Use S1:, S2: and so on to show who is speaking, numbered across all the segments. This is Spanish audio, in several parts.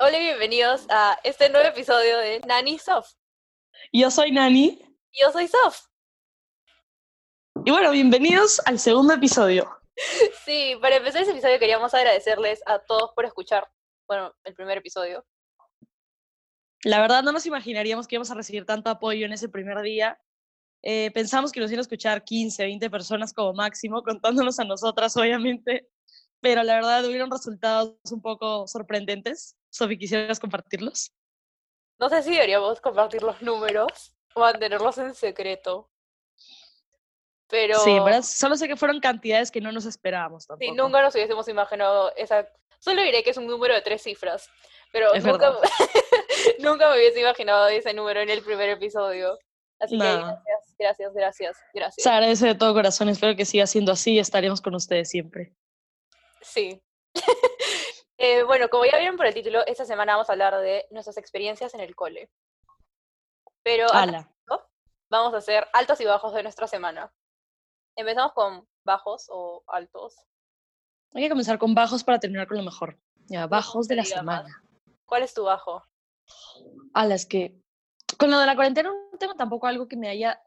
S1: Hola y bienvenidos a este nuevo episodio de Nani Soft.
S2: Yo soy Nani.
S1: Yo soy Soft.
S2: Y bueno, bienvenidos al segundo episodio.
S1: Sí, para empezar este episodio queríamos agradecerles a todos por escuchar, bueno, el primer episodio.
S2: La verdad, no nos imaginaríamos que íbamos a recibir tanto apoyo en ese primer día. Eh, pensamos que nos iban a escuchar 15, 20 personas como máximo, contándonos a nosotras, obviamente. Pero la verdad, hubieron resultados un poco sorprendentes. Sofi, ¿quisieras compartirlos?
S1: No sé si deberíamos compartir los números o mantenerlos en secreto. Pero
S2: Sí, ¿verdad? Solo sé que fueron cantidades que no nos esperábamos tampoco.
S1: si nunca nos hubiésemos imaginado esa... Solo diré que es un número de tres cifras, pero
S2: Es
S1: nunca,
S2: verdad.
S1: nunca me hubiese imaginado ese número en el primer episodio. Así que
S2: No.
S1: gracias, gracias, gracias, gracias.
S2: Se agradece de todo corazón. Espero que siga siendo así y estaremos con ustedes siempre.
S1: Sí. Eh, bueno, como ya vieron por el título, esta semana vamos a hablar de nuestras experiencias en el cole. Pero antes
S2: Ala.
S1: vamos a hacer altos y bajos de nuestra semana. Empezamos con bajos o altos.
S2: Hay que comenzar con bajos para terminar con lo mejor. Ya, bajos de la
S1: diga más.
S2: semana.
S1: ¿Cuál es tu bajo?
S2: A las que. Con lo de la cuarentena no tengo tampoco algo que me haya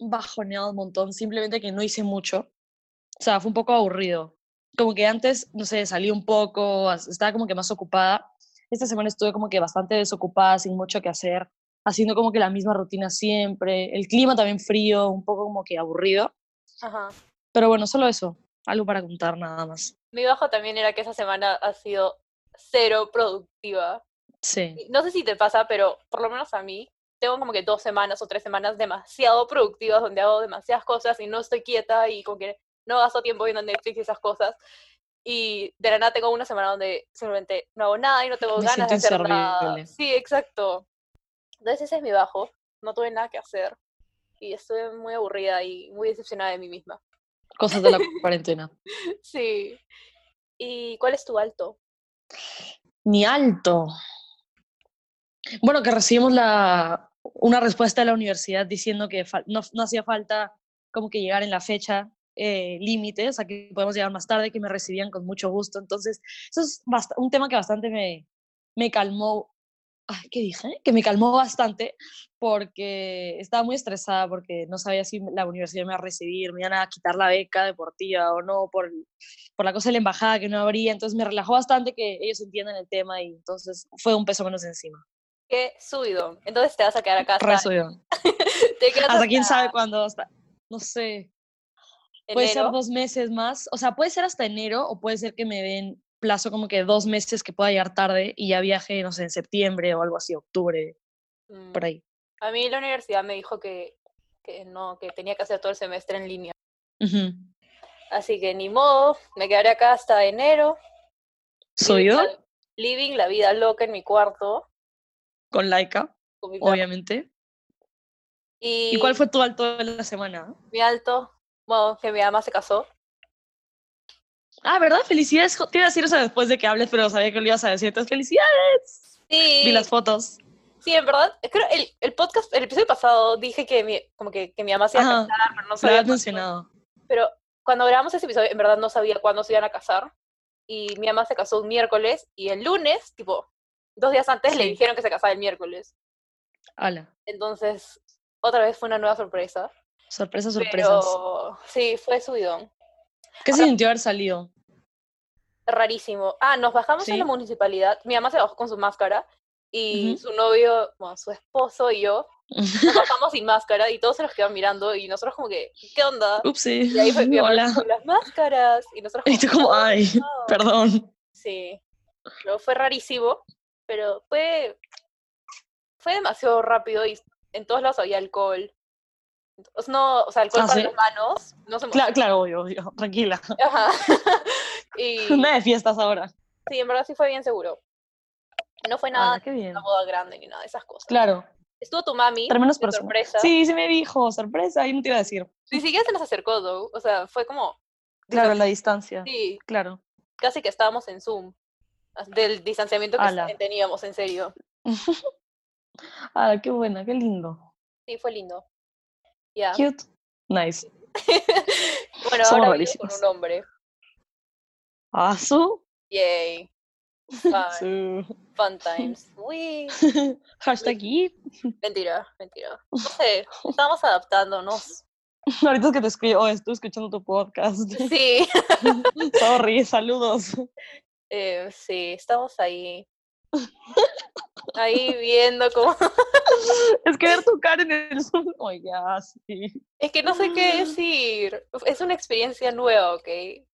S2: bajoneado un montón, simplemente que no hice mucho. O sea, fue un poco aburrido. Como que antes, no sé, salí un poco, as- estaba como que más ocupada. Esta semana estuve como que bastante desocupada, sin mucho que hacer, haciendo como que la misma rutina siempre. El clima también frío, un poco como que aburrido.
S1: Ajá.
S2: Pero bueno, solo eso. Algo para contar nada más.
S1: Mi bajo también era que esa semana ha sido cero productiva.
S2: Sí.
S1: Y No sé si te pasa, pero por lo menos a mí, tengo como que dos semanas o tres semanas demasiado productivas donde hago demasiadas cosas y no estoy quieta y como que no gasto tiempo viendo Netflix y esas cosas. Y de la nada tengo una semana donde simplemente no hago nada y no tengo
S2: Me
S1: ganas de hacer
S2: siento
S1: nada.
S2: inservible.
S1: Sí, exacto. Entonces ese es mi bajo, no tuve nada que hacer y estuve muy aburrida y muy decepcionada de mí misma.
S2: Cosas de la cuarentena.
S1: Sí. ¿Y cuál es tu alto?
S2: Ni alto. Bueno, que recibimos la, una respuesta de la universidad diciendo que fal- no, no hacía falta como que llegar en la fecha eh, límite, o sea, que podemos llegar más tarde, que me recibían con mucho gusto. Entonces, eso es bast- un tema que bastante me, me calmó. Ay, ¿Qué dije? Que me calmó bastante porque estaba muy estresada porque no sabía si la universidad me iba a recibir, me iban a quitar la beca deportiva o no por por la cosa de la embajada que no habría, entonces me relajó bastante que ellos entiendan el tema y entonces fue un peso menos encima.
S1: Qué subido. Entonces te vas a quedar acá hasta,
S2: Rezo yo.
S1: te quedas
S2: Hasta quién
S1: hasta
S2: sabe cuándo, hasta, no sé, puede
S1: enero.
S2: ser dos meses más, o sea, puede ser hasta enero o puede ser que me den plazo como que dos meses que pueda llegar tarde y ya viaje, no sé, en septiembre o algo así, octubre,
S1: Mm.
S2: por ahí.
S1: A mí la universidad me dijo que, que no, que tenía que hacer todo el semestre en línea.
S2: Ujú.
S1: Así que ni modo, me quedaré acá hasta enero.
S2: Soy
S1: living
S2: yo,
S1: la- Living la vida loca en mi cuarto.
S2: con Laika,
S1: con mi perro.
S2: obviamente.
S1: Y,
S2: ¿Y cuál fue tu alto de la semana?
S1: mi alto? Bueno, que mi mamá se casó.
S2: Ah, ¿verdad? Felicidades. jo- Te iba a decir eso después de que hables, pero sabía que lo ibas a decir. Entonces, felicidades. Vi
S1: Sí,
S2: las fotos.
S1: sí, en verdad. Creo el, el podcast, el episodio pasado dije que mi, como que, que mi mamá se iba a
S2: Ajá,
S1: casar, pero no
S2: Lo
S1: sabía.
S2: habías
S1: cuándo.
S2: mencionado.
S1: Pero cuando grabamos ese episodio, en verdad no sabía cuándo se iban a casar. Y mi mamá se casó un miércoles y el lunes, tipo, dos días antes le
S2: Sí.
S1: dijeron que se casaba el miércoles.
S2: Ala,
S1: Entonces, otra vez fue una nueva sorpresa.
S2: sorpresas, sorpresas.
S1: Pero sí, fue subidón.
S2: ¿Qué se
S1: ahora-
S2: sintió haber salido?
S1: Rarísimo. Ah, nos bajamos en
S2: Sí.
S1: la municipalidad. Mi mamá se bajó con su máscara y
S2: Ujú.
S1: su novio, bueno, su esposo y yo nos bajamos sin máscara y todos se nos quedan mirando y nosotros como que, ¿qué onda?
S2: Upsi.
S1: Y ahí fue mi mamá
S2: Hola.
S1: con las máscaras y nosotros
S2: Y tú como,
S1: "Ah,
S2: ay,
S1: no".
S2: perdón.
S1: Sí. Luego fue rarísimo, pero fue, fue demasiado rápido y en todos lados había alcohol. O sea, No, o sea, alcohol
S2: Ah,
S1: para
S2: ¿sí?
S1: las manos. No se mo-
S2: Claro, claro, obvio, obvio. Tranquila.
S1: Ajá. Y
S2: Nada de fiestas ahora.
S1: sí, en verdad sí fue bien seguro. No fue nada
S2: Ala, qué bien.
S1: una boda grande ni nada de esas cosas.
S2: Claro,
S1: Estuvo tu mami,
S2: Pero menos
S1: de
S2: personas.
S1: sorpresa.
S2: Sí, se me dijo, sorpresa, y no te iba a decir.
S1: Ni siquiera se nos acercó, though. O sea, fue como,
S2: Claro, la distancia.
S1: sí,
S2: Claro.
S1: casi que estábamos en Zoom. as- Del distanciamiento que
S2: Ala.
S1: teníamos, en serio.
S2: Ah, qué buena, qué lindo.
S1: Sí, fue lindo. Ya.
S2: Cute. Nice.
S1: Bueno,
S2: Somos
S1: ahora vivo con
S2: rarísimos.
S1: un hombre.
S2: Asu.
S1: Yay. Fun,
S2: Su-
S1: fun times. Uy,
S2: Hashtag y
S1: mentira, mentira. No sé, estamos adaptándonos.
S2: ahorita es que te escribo, oh, estoy escuchando tu podcast.
S1: Sí.
S2: Sorry, saludos.
S1: Eh, sí, estamos ahí. Ahí viendo cómo.
S2: Es que ver tu cara en el Zoom. Oh, ya, sí.
S1: Es que no sé
S2: Mm.
S1: qué decir. Es una experiencia nueva, ¿ok?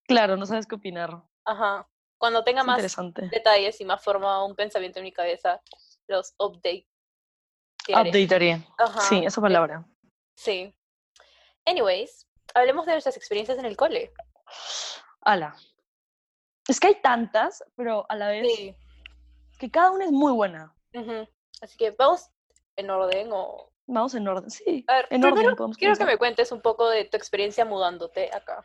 S2: Claro, no sabes qué opinar.
S1: Ajá. Cuando tenga
S2: Es
S1: más
S2: interesante.
S1: detalles y más forma un pensamiento en mi cabeza, los update. que haré.
S2: Updatearé.
S1: Ajá,
S2: Sí, esa palabra.
S1: Sí. Anyways, hablemos de nuestras experiencias en el cole.
S2: Ala. Es que hay tantas, pero a la vez
S1: Sí.
S2: que cada una es muy buena.
S1: Ujú. Así que vamos en orden o...
S2: Vamos en orden, sí.
S1: A ver,
S2: en
S1: primero
S2: orden, podemos
S1: Quiero que
S2: comenzar.
S1: me cuentes un poco de tu experiencia mudándote acá.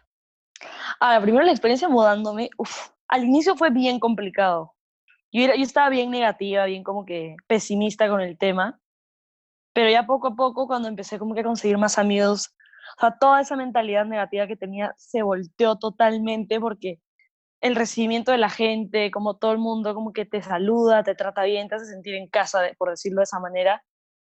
S2: Ah, primero la experiencia mudándome, uf, al inicio fue bien complicado. Yo, era- yo estaba bien negativa, bien como que pesimista con el tema, pero ya poco a poco cuando empecé como que a conseguir más amigos, o sea, toda esa mentalidad negativa que tenía se volteó totalmente porque el recibimiento de la gente, como todo el mundo como que te saluda, te trata bien, te hace sentir en casa, de- por decirlo de esa manera,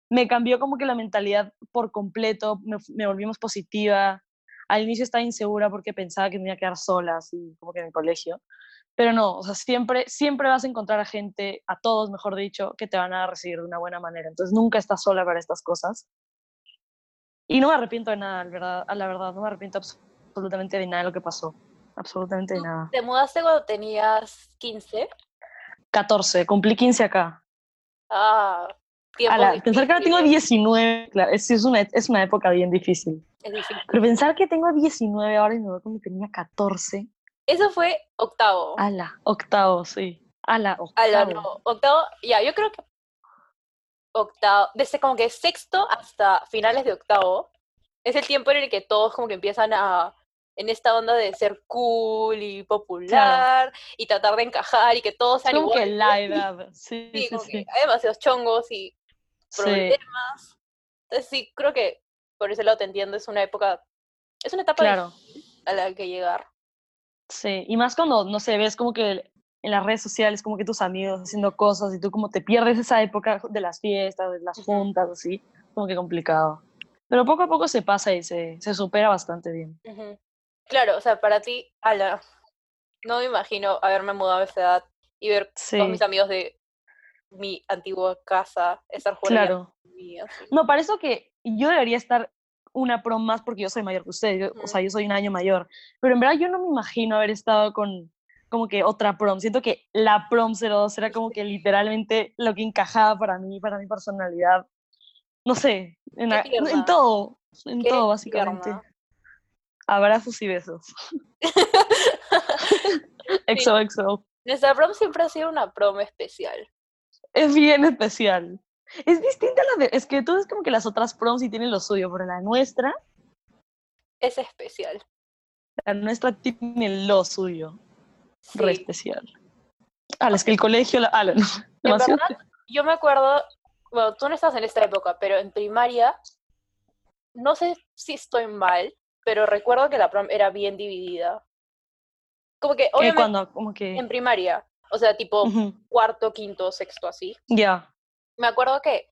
S2: me cambió como que la mentalidad por completo, me, fu- me volví más positiva, al inicio estaba insegura porque pensaba que me iba a quedar sola, así como que en el colegio. Pero no, o sea, siempre, siempre vas a encontrar a gente, a todos, mejor dicho, que te van a recibir de una buena manera. Entonces nunca estás sola para estas cosas. Y no me arrepiento de nada, la verdad, a la verdad, no me arrepiento abs- absolutamente de nada de lo que pasó. Absolutamente de nada.
S1: ¿Te mudaste cuando tenías 15?
S2: 14, cumplí 15 acá.
S1: Ah, tiempo
S2: A la- pensar que ahora tengo
S1: difícil.
S2: 19, claro, es, es una, es una época bien difícil.
S1: Es difícil.
S2: Pero pensar que tengo 19 ahora y me voy cuando tenía 14.
S1: Eso fue octavo.
S2: Ala, octavo, sí. Ala, Ah, octavo.
S1: Ala, no. Octavo, ya, yo creo que octavo, desde como que sexto hasta finales de octavo, es el tiempo en el que todos como que empiezan a, en esta onda de ser cool y popular, y tratar de encajar, y que todos
S2: Es
S1: sean
S2: como que
S1: iguales.
S2: la edad. Sí,
S1: Sí,
S2: sí,
S1: como que
S2: sí.
S1: hay demasiados chongos y
S2: Sí,
S1: problemas. Entonces sí, creo que por ese lado te entiendo, es una época, es una etapa
S2: claro.
S1: difícil a la que llegar.
S2: Sí. Y más cuando, no sé, ves como que el- en las redes sociales, como que tus amigos haciendo cosas y tú como te pierdes esa época de las fiestas, de las
S1: Ujú.
S2: juntas, así. Como que complicado. Pero poco a poco se pasa y se, se supera bastante bien.
S1: Ujú. Claro, o sea, para ti, ala, no me imagino haberme mudado a esa edad y ver
S2: Sí,
S1: todos mis amigos de mi antigua casa, estar jugando ya
S2: claro.
S1: con mi- así.
S2: No, para eso que yo debería estar una pro más porque yo soy mayor que ustedes, yo- o sea, yo soy un año mayor, pero en verdad yo no me imagino haber estado con como que otra prom, siento que la prom 02 era como que literalmente lo que encajaba para mí, para mi personalidad, no sé, en,
S1: Qué
S2: a- en
S1: tierna,
S2: todo, en
S1: qué
S2: todo básicamente.
S1: tierna.
S2: Abrazos y besos. exo, exo.
S1: Nuestra prom siempre ha sido una prom especial.
S2: Es bien especial. Es distinta a la de, es que tú es como que las otras proms sí tienen lo suyo, pero la nuestra,
S1: Es especial.
S2: la nuestra tiene lo suyo. re
S1: Sí.
S2: especial. A las que el colegio, la, ah, la- no, demasiado-
S1: Yo me acuerdo, bueno, tú no estás en esta época, pero en primaria, no sé si estoy mal, pero recuerdo que la prom era bien dividida. Como que,
S2: que
S1: obviamente,
S2: Eh, cuando como que
S1: en primaria, o sea, tipo
S2: ujú,
S1: cuarto, quinto, sexto, así.
S2: ya,
S1: me acuerdo que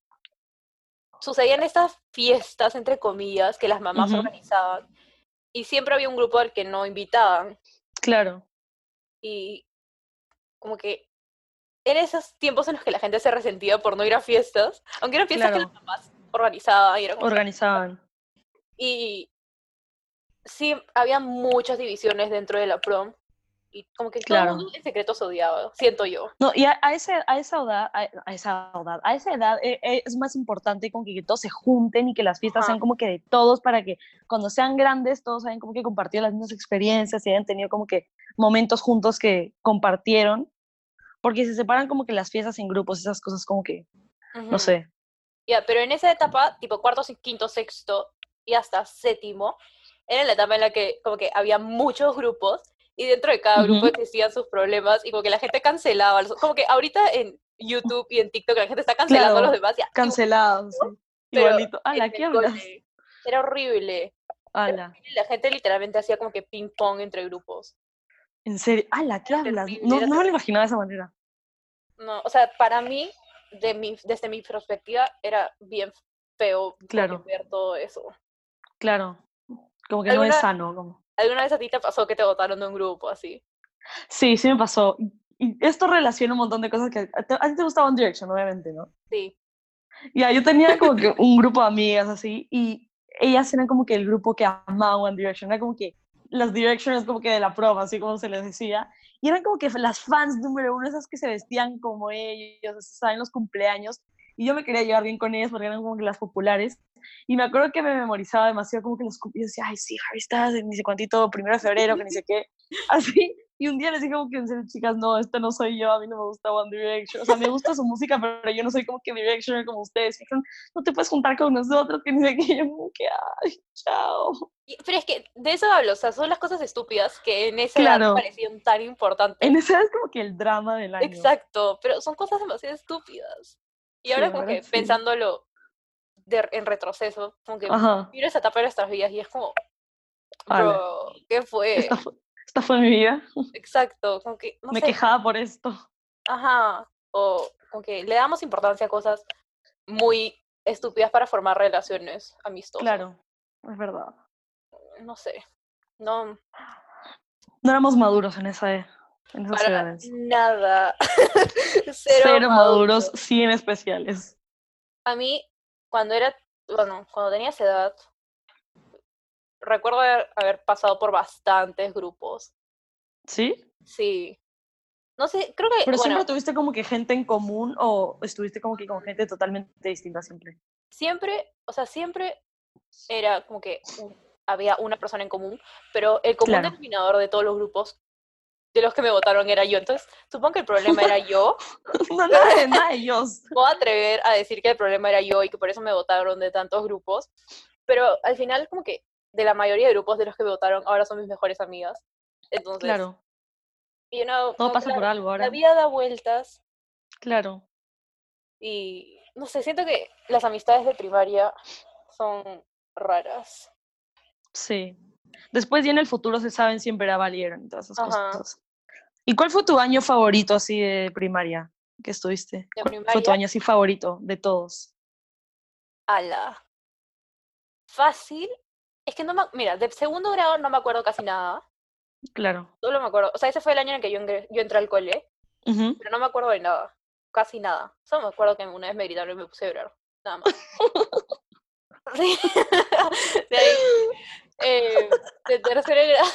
S1: sucedían estas fiestas, entre comillas, que las mamás
S2: Ujú.
S1: organizaban, y siempre había un grupo al que no invitaban,
S2: claro,
S1: y como que en esos tiempos en los que la gente se resentía por no ir a fiestas, aunque eran fiestas
S2: Claro.
S1: que las mamás organizaban, y, era como-
S2: organizaban.
S1: y sí, había muchas divisiones dentro de la prom, y como que todo
S2: Claro.
S1: el mundo en secreto se odiaba, siento yo.
S2: No, y a, a esa, a esa edad, a, a esa edad, a esa edad eh, eh, es más importante como que, que todos se junten y que las fiestas
S1: Ajá.
S2: sean como que de todos para que cuando sean grandes todos hayan como que compartido las mismas experiencias y hayan tenido como que momentos juntos que compartieron. Porque se separan como que las fiestas en grupos, esas cosas como que,
S1: Ujú.
S2: no sé,
S1: Ya, pero en esa etapa, tipo cuarto, si- quinto, sexto y hasta séptimo, era la etapa en la que como que había muchos grupos y dentro de cada grupo
S2: Ujú.
S1: existían sus problemas y como que la gente cancelaba. los- Como que ahorita en YouTube y en TikTok la gente está cancelando a los
S2: Claro,
S1: demás. Ya,
S2: cancelados. sí,
S1: Pero
S2: Igualito.
S1: en
S2: Ala,
S1: el
S2: ¿qué hablas?
S1: cole. Era horrible.
S2: Ala,
S1: Y La gente literalmente hacía como que ping pong entre grupos.
S2: en serio. Ala, ¿qué
S1: Era
S2: hablas?
S1: terrible,
S2: No,
S1: era
S2: no me lo imaginaba de esa manera.
S1: No, o sea, para mí, de mi, desde mi perspectiva, era bien feo
S2: Claro.
S1: ver todo eso.
S2: Claro. Como que no
S1: ¿Alguna-
S2: es sano. Como...
S1: ¿Alguna vez a ti te pasó que te votaron de un grupo así?
S2: Sí, sí me pasó. Y- Y esto relaciona un montón de cosas que... A te- a ti te gustaba One Direction, obviamente, ¿no?
S1: Sí.
S2: Ya, yo tenía como que un grupo de amigas así y ellas eran como que el grupo que amaba One Direction, era como que las Directions como que de la prueba, así como se les decía, y eran como que las fans número uno, esas que se vestían como ellos, esas estaban en los cumpleaños, y yo me quería llevar bien con ellas porque eran como que las populares, y me acuerdo que me memorizaba demasiado como que los cumpleaños, decía, ay sí, Harry Styles, ni sé cuántito, primero de febrero, que ni sé qué, así, y un día les dije como que en serio, chicas, no, esta no soy yo, a mí no me gusta One Direction. O sea, me gusta su música, pero yo no soy como que Directioner como ustedes. Me dijeron, no te puedes juntar con nosotros, que ni sé qué. Yo como que, ay, chao.
S1: Y- Pero es que de eso hablo, o sea, son las cosas estúpidas que en esa edad
S2: Claro.
S1: parecían tan importantes.
S2: En esa edad es como que el drama del año.
S1: Exacto, pero son cosas demasiado estúpidas. Y
S2: Sí,
S1: ahora
S2: la
S1: como
S2: verdad,
S1: que
S2: sí.
S1: pensándolo de- en retroceso, como que
S2: Ajá.
S1: miro esa etapa de nuestras vidas y es como,
S2: ala,
S1: bro, ¿qué fue?
S2: Esta, fu- esta fue mi vida.
S1: Exacto, como que, no
S2: me
S1: sé,
S2: quejaba por esto.
S1: ajá, o como que le damos importancia a cosas muy estúpidas para formar relaciones amistosas.
S2: Claro, es verdad.
S1: No sé, no,
S2: No éramos maduros en esa e- en esas
S1: para
S2: edades.
S1: nada. Cero,
S2: Cero
S1: maduro.
S2: maduros, 100 especiales.
S1: A mí, cuando era, bueno, cuando tenía esa edad, recuerdo haber, haber pasado por bastantes grupos.
S2: ¿Sí?
S1: Sí. No sé, creo que,
S2: Pero
S1: bueno,
S2: siempre tuviste como que gente en común o estuviste como que con gente totalmente distinta siempre.
S1: siempre, o sea, siempre era como que un- había una persona en común, pero el común
S2: Claro.
S1: denominador de todos los grupos de los que me votaron era yo. Entonces, supongo que el problema era yo.
S2: No, nada de nada de ellos.
S1: puedo atrever a decir que el problema era yo y que por eso me votaron de tantos grupos, pero al final como que de la mayoría de grupos de los que me votaron ahora son mis mejores amigas. Entonces,
S2: Claro,
S1: you know, como
S2: todo
S1: que
S2: pasa
S1: la-
S2: por algo ahora.
S1: La vida da vueltas
S2: Claro.
S1: y no sé, siento que las amistades de primaria son raras.
S2: Sí. Después ya en el futuro se saben siempre era valieron y todas esas
S1: Ajá.
S2: cosas. ¿Y cuál fue tu año favorito así de primaria que estuviste?
S1: De
S2: ¿Cuál fue tu
S1: primaria?
S2: año así favorito de todos?
S1: Ala. Fácil. Es que no me... ac- Mira, de segundo grado no me acuerdo casi nada.
S2: Claro.
S1: Solo me acuerdo... O sea, ese fue el año en el que yo, ingre- yo entré al cole.
S2: Ujú.
S1: pero no me acuerdo de nada, casi nada. Solo me acuerdo que una vez me gritaron y me puse a llorar, nada más. Sí. de ahí, eh, de tercer grado,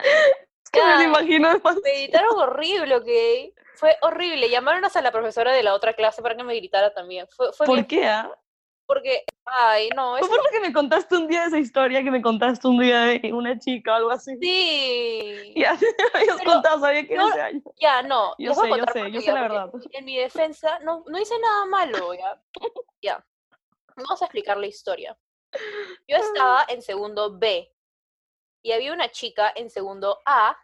S2: Es que me lo
S1: Ya.
S2: imagino además.
S1: me gritaron horrible, ¿ok? Fue horrible. Llamaron hasta la profesora de la otra clase para que me gritara también. Fue, fue
S2: ¿Por
S1: bien,
S2: qué? ah?
S1: porque, ay, no,
S2: Fue
S1: eso
S2: por lo que me contaste un día de esa historia que me contaste un día de una chica o algo así.
S1: sí.
S2: Y así me habías
S1: Pero
S2: contado, sabía que era
S1: yo-
S2: ese año.
S1: Ya, no.
S2: Yo
S1: les voy a
S2: sé, yo
S1: contar
S2: sé,
S1: por
S2: yo
S1: qué,
S2: sé
S1: ya,
S2: la
S1: porque
S2: verdad.
S1: En mi defensa, no, no hice nada malo, ya. Ya. Vamos a explicar la historia. Yo estaba en segundo B y había una chica en segundo A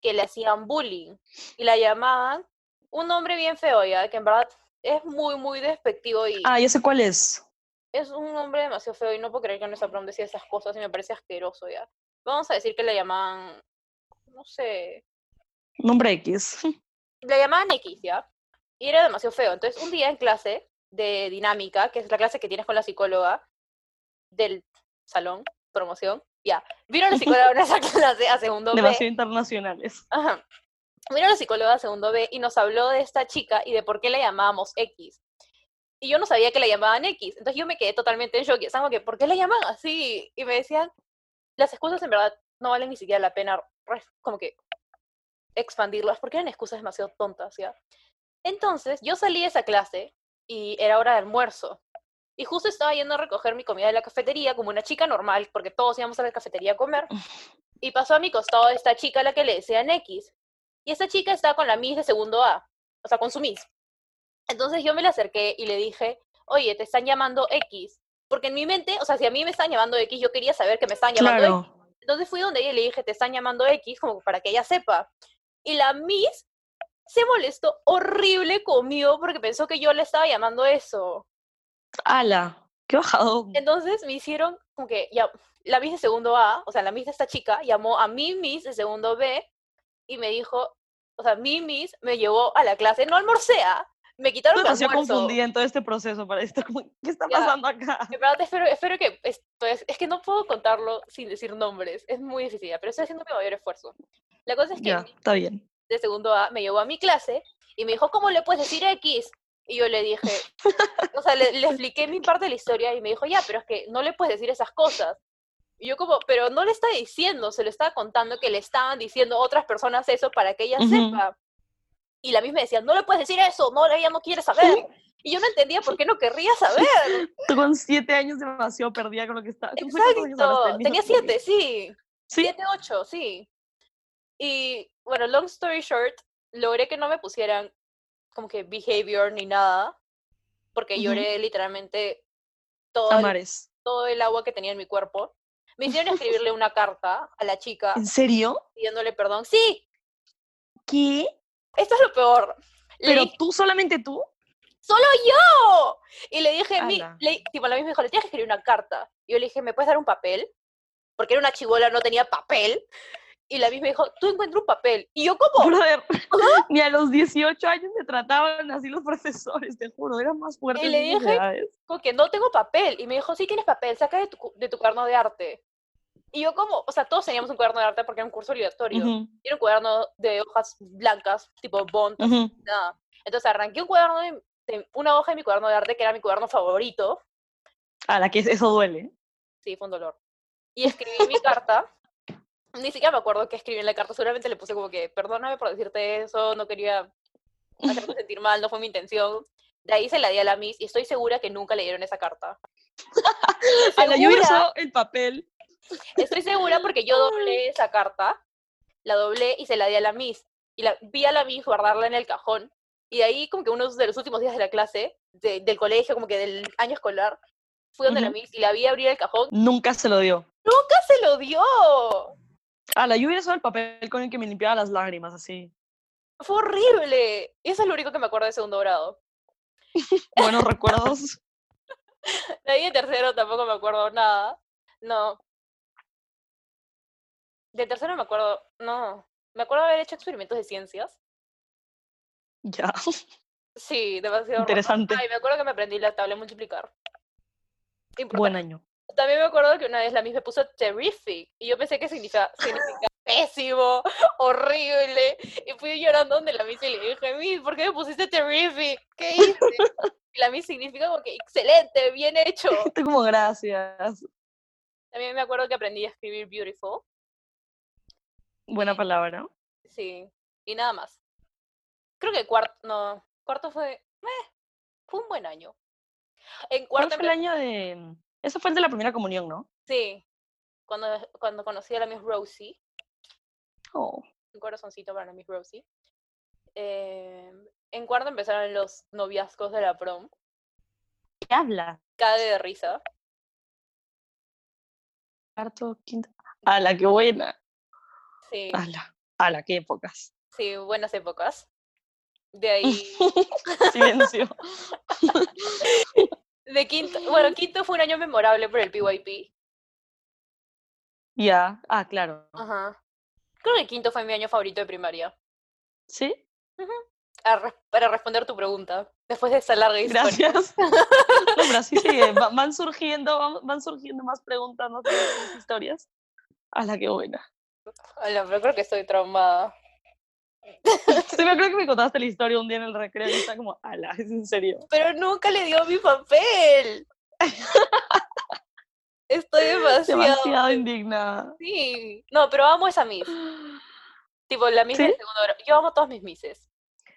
S1: que le hacían bullying y la llamaban un nombre bien feo, ya, que en verdad es muy, muy despectivo y
S2: Ah, ya sé cuál es.
S1: es un nombre demasiado feo y no puedo creer que nuestra prom decía esas cosas y me parece asqueroso, ya. Vamos a decir que la llamaban, no sé,
S2: Nombre X.
S1: la llamaban X, ¿ya? Y era demasiado feo. Entonces, un día en clase de dinámica, que es la clase que tienes con la psicóloga del salón, promoción, ya. Vino la psicóloga a esa clase a segundo B.
S2: Demasiado internacionales.
S1: Ajá. Vino la psicóloga a segundo B y nos habló de esta chica y de por qué la llamábamos X. Y yo no sabía que la llamaban X. Entonces yo me quedé totalmente en shock. Y estaba como que, ¿por qué la llaman así? Y me decían, las excusas en verdad no valen ni siquiera la pena, re- como que expandirlas, porque eran excusas demasiado tontas, ¿ya? Entonces yo salí de esa clase y era hora de almuerzo. Y justo estaba yendo a recoger mi comida de la cafetería como una chica normal, porque todos íbamos a la cafetería a comer. Y pasó a mi costado esta chica a la que le decían X. Y esta chica estaba con la Miss de segundo A, o sea, con su Miss. Entonces yo me la acerqué y le dije, oye, te están llamando X. Porque en mi mente, o sea, si a mí me están llamando X, yo quería saber que me están llamando X.
S2: Claro.
S1: Entonces fui donde ella y le dije, te están llamando X, como para que ella sepa. Y la Miss se molestó horrible conmigo porque pensó que yo le estaba llamando eso.
S2: Ala. Qué bajado.
S1: Entonces me hicieron como que ya, la Miss de segundo A, o sea, la Miss de esta chica, llamó a mi Miss de segundo B y me dijo, o sea, mi Miss me llevó a la clase, no almorcé, ¿ah? me quitaron
S2: Estoy
S1: el
S2: demasiado
S1: almuerzo.
S2: confundida en todo este proceso para esto. como, ¿Qué está
S1: Ya.
S2: pasando acá?
S1: En verdad, espero, espero que esto es, es que no puedo contarlo sin decir nombres, es muy difícil, ya, pero estoy haciendo mi mayor esfuerzo. La cosa es que
S2: Ya,
S1: mi
S2: está bien.
S1: de segundo A me llevó a mi clase y me dijo, ¿cómo le puedes decir X? Y yo le dije, o sea, le, le expliqué mi parte de la historia y me dijo, ya, pero es que no le puedes decir esas cosas. Y yo como, pero no le está diciendo, se lo estaba contando que le estaban diciendo otras personas eso para que ella
S2: Ujú.
S1: sepa. Y la misma decía, no le puedes decir eso, no, ella no quiere saber. Y yo no entendía por qué no querría saber.
S2: Tú con siete años demasiado perdida con lo que estaba. ¿Tú cuántos años habrás
S1: Exacto.
S2: tenido?
S1: Tenía siete, sí.
S2: Sí,
S1: 7, 8, sí. Y bueno, long story short, logré que no me pusieran como que behavior ni nada, porque
S2: Ujú.
S1: lloré literalmente todo el,
S2: Amares.
S1: todo el agua que tenía en mi cuerpo. Me hicieron escribirle una carta a la chica
S2: ¿En serio?
S1: pidiéndole perdón. Sí,
S2: ¿Qué?
S1: esto es lo peor. Le
S2: ¿Pero
S1: dije,
S2: tú solamente tú?
S1: ¡Solo yo! Y le dije, mi,
S2: Ala.
S1: le, tipo, la misma dijo, le tienes que escribir una carta. Y yo le dije, ¿me puedes dar un papel? Porque era una chivola, no tenía papel. Y la misma dijo, tú encuentra un papel. Y yo, ¿cómo?
S2: Brother, ni a los 18 años me trataban así los profesores, te juro, eran más fuertes.
S1: le
S2: esas
S1: dije-
S2: edades.
S1: como que no tengo papel. Y me dijo, sí tienes papel, saca de tu, cu- de tu cuaderno de arte. Y yo como, o sea, todos teníamos un cuaderno de arte porque era un curso obligatorio.
S2: Ujú,
S1: Era un cuaderno de hojas blancas, tipo bond,
S2: ujú.
S1: nada. Entonces arranqué un cuaderno de, de- una hoja de mi cuaderno de arte, que era mi cuaderno favorito.
S2: A la que eso duele.
S1: Sí, fue un dolor. Y escribí mi carta. Ni siquiera me acuerdo qué escribí en la carta. Seguramente le puse como que, perdóname por decirte eso, no quería hacerte sentir mal, no fue mi intención. De ahí se la di a la Miss y estoy segura que nunca le dieron esa carta.
S2: A la yo hubiera
S1: Segura.
S2: usado el papel.
S1: Estoy segura porque yo doblé esa carta, la doblé y se la di a la Miss. Y la, vi a la Miss guardarla en el cajón. Y de ahí, como que uno de los últimos días de la clase, de- del colegio, como que del año escolar, fui donde la
S2: Ujú.
S1: Miss y la vi abrir el cajón.
S2: Nunca se lo dio.
S1: ¡Nunca se lo dio!
S2: A Ah, la yo hubiera usado el papel con el que me limpiaba las lágrimas, así.
S1: ¡Fue horrible! Eso es lo único que me acuerdo de segundo grado.
S2: Buenos recuerdos.
S1: De ahí de tercero tampoco me acuerdo nada. No. De tercero me acuerdo. No. Me acuerdo haber hecho experimentos de ciencias.
S2: Ya.
S1: Sí, demasiado raro.
S2: Interesante.
S1: Ay, me acuerdo que me aprendí la tabla de multiplicar. Importante.
S2: Buen año.
S1: También me acuerdo que una vez la misma me puso terrific y yo pensé que significa, significa pésimo, horrible. Y fui llorando donde la miss y le dije, Miss, ¿por qué me pusiste terrific? ¿Qué hice? Y la miss significa como que excelente, bien hecho.
S2: Tú como gracias.
S1: También me acuerdo que aprendí a escribir beautiful.
S2: Buena palabra.
S1: Sí. Y nada más. Creo que cuarto, no, cuarto fue, meh, fue un buen año. En
S2: ¿Cuál
S1: cuarto
S2: fue el año de...? Eso fue el de la primera comunión, ¿no?
S1: Sí, cuando, cuando conocí a la Miss Rosie,
S2: Oh.
S1: un corazoncito para la Miss Rosie. eh, en cuarto empezaron los noviazgos de la prom,
S2: ¿Qué habla?
S1: cade de risa.
S2: Cuarto, quinto... A la que buena.
S1: Sí,
S2: A la, a la que épocas.
S1: sí, buenas épocas. De ahí,
S2: Silencio.
S1: de quinto, bueno, quinto fue un año memorable por el PYP.
S2: Ya, ah, claro.
S1: Ajá. Creo que quinto fue mi año favorito de primaria.
S2: Sí,
S1: A res- para responder tu pregunta, después de esa larga historia.
S2: gracias. No, pero así sigue. va- Van surgiendo, van- van surgiendo más preguntas, más preguntas, historias. A la que buena.
S1: Ala, pero creo que estoy traumada.
S2: Sí, me creo que me contaste la historia un día en el recreo y está como, ala, es en serio.
S1: Pero nunca le dio mi papel. Estoy demasiado.
S2: Demasiado indignada.
S1: Sí. No, pero amo esa Miss. Tipo, la Miss del
S2: ¿Sí?
S1: segundo grado. Yo amo todas mis Misses.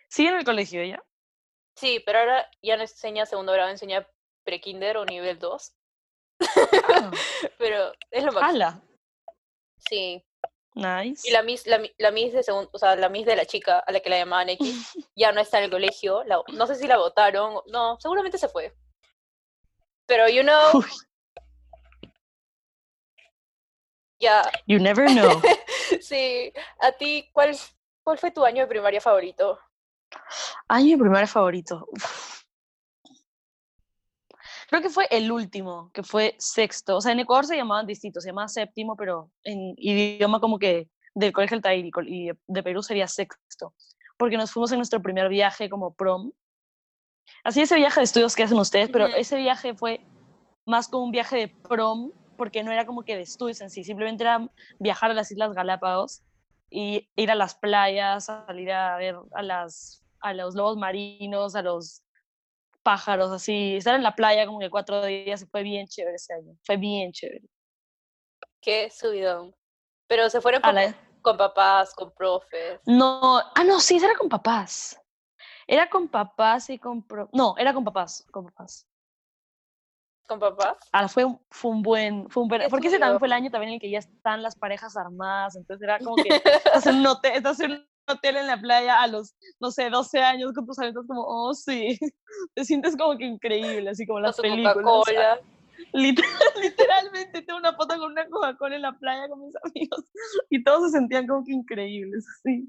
S2: ¿Sigue en el colegio ella?
S1: Sí, pero ahora ya no enseña segundo grado, enseña prekinder o nivel 2.
S2: Ah,
S1: Pero es lo máximo.
S2: ala,
S1: Sí.
S2: nice.
S1: Y la Miss, la, mi- la Miss de segundo, o sea, la Miss de la chica a la que la llamaban X, ya no está en el colegio. La- no sé si la votaron. o- No, seguramente se fue. Pero, you know,
S2: Uy,
S1: ya.
S2: you never know.
S1: Sí, a ti, ¿cuál, cuál fue tu año de primaria favorito?
S2: Año mi primaria favorito. Uf. Creo que fue el último, que fue sexto. O sea, en Ecuador se llamaban distintos, se llamaba séptimo, pero en idioma como que del Colegio del Tahir y col- y de Perú sería sexto, porque nos fuimos en nuestro primer viaje como prom. Así ese viaje de estudios que hacen ustedes, pero
S1: Ujú.
S2: ese viaje fue más como un viaje de prom, porque no era como que de estudios en sí, simplemente era viajar a las Islas Galápagos y ir a las playas, a salir a ver a, las, a los lobos marinos, a los pájaros, así, estar en la playa como que cuatro días y fue bien chévere ese año, fue bien chévere.
S1: Qué subidón. Pero se fueron
S2: A
S1: con,
S2: la-
S1: con papás, con profes.
S2: No, ah, no, sí, era con papás. Era con papás y con... pro- No, era con papás, con papás.
S1: ¿Con papás?
S2: Ah, fue, un- fue un buen... Fue un buen
S1: Qué
S2: porque ese también
S1: tuyo.
S2: fue el año también en el que ya están las parejas armadas, entonces era como que estás en un hotel, estás en un hotel en la playa a los, no sé, 12 años con tus amigos, como, oh, sí, te sientes como que increíble, así como
S1: Con
S2: las
S1: su
S2: películas.
S1: Coca-Cola.
S2: Lit- literalmente tengo una foto con una Coca-Cola en la playa con mis amigos y todos se sentían como que increíbles, así.